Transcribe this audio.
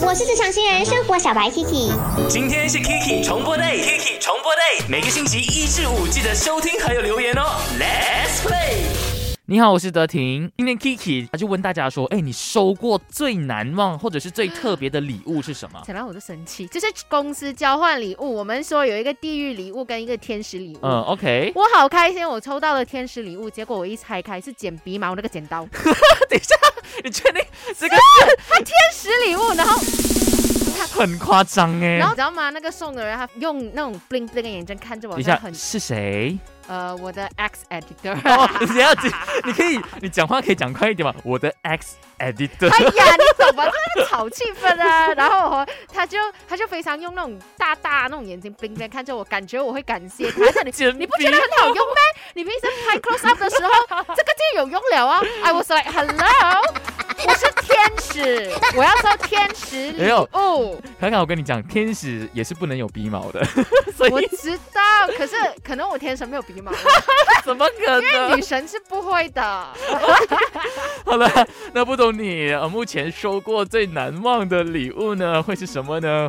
我是职场新人生活小白 Kiki，今天是 Kiki 重播 day，Kiki 重播 day，每个星期一至五记得收听还有留言哦。Let's play。你好，我是德婷。今天 Kiki 他就问大家说：“哎，你收过最难忘或者是最特别的礼物是什 么讲到我就生气，就是公司交换礼物，我们说有一个地狱礼物跟一个天使礼？”物。嗯，OK。 我好开心，我抽到了天使礼物，结果我一拆开是剪鼻毛那个剪刀， 等一下，你确定这个天使礼物，然后很夸张哎然？后你知道吗？那个送的人他用那种 bling bling 的眼睛看着我，等一像下很是谁？呃我的 ex editor， 哦，你要你你可以你讲话可以讲快一点嘛？我的 ex 哎 editor 呀，你懂吧？这是炒气氛啊。 然后我他就他就非常用那种大大那种眼睛 bling bling 看着我，感觉我会感谢他。这样你剪你不觉得很好用吗？你平时拍 close up 的时候，这个就有用了啊。I was like hello，我是天使，我要说天使哦哎礼呦物。可可，我跟你讲，天使也是不能有鼻毛 的，所我以知道，可是可能我天生没有鼻毛， 怎么可能女？神是不会的。好了，那不懂你呃目前收过最难忘的礼物呢，会是什么呢？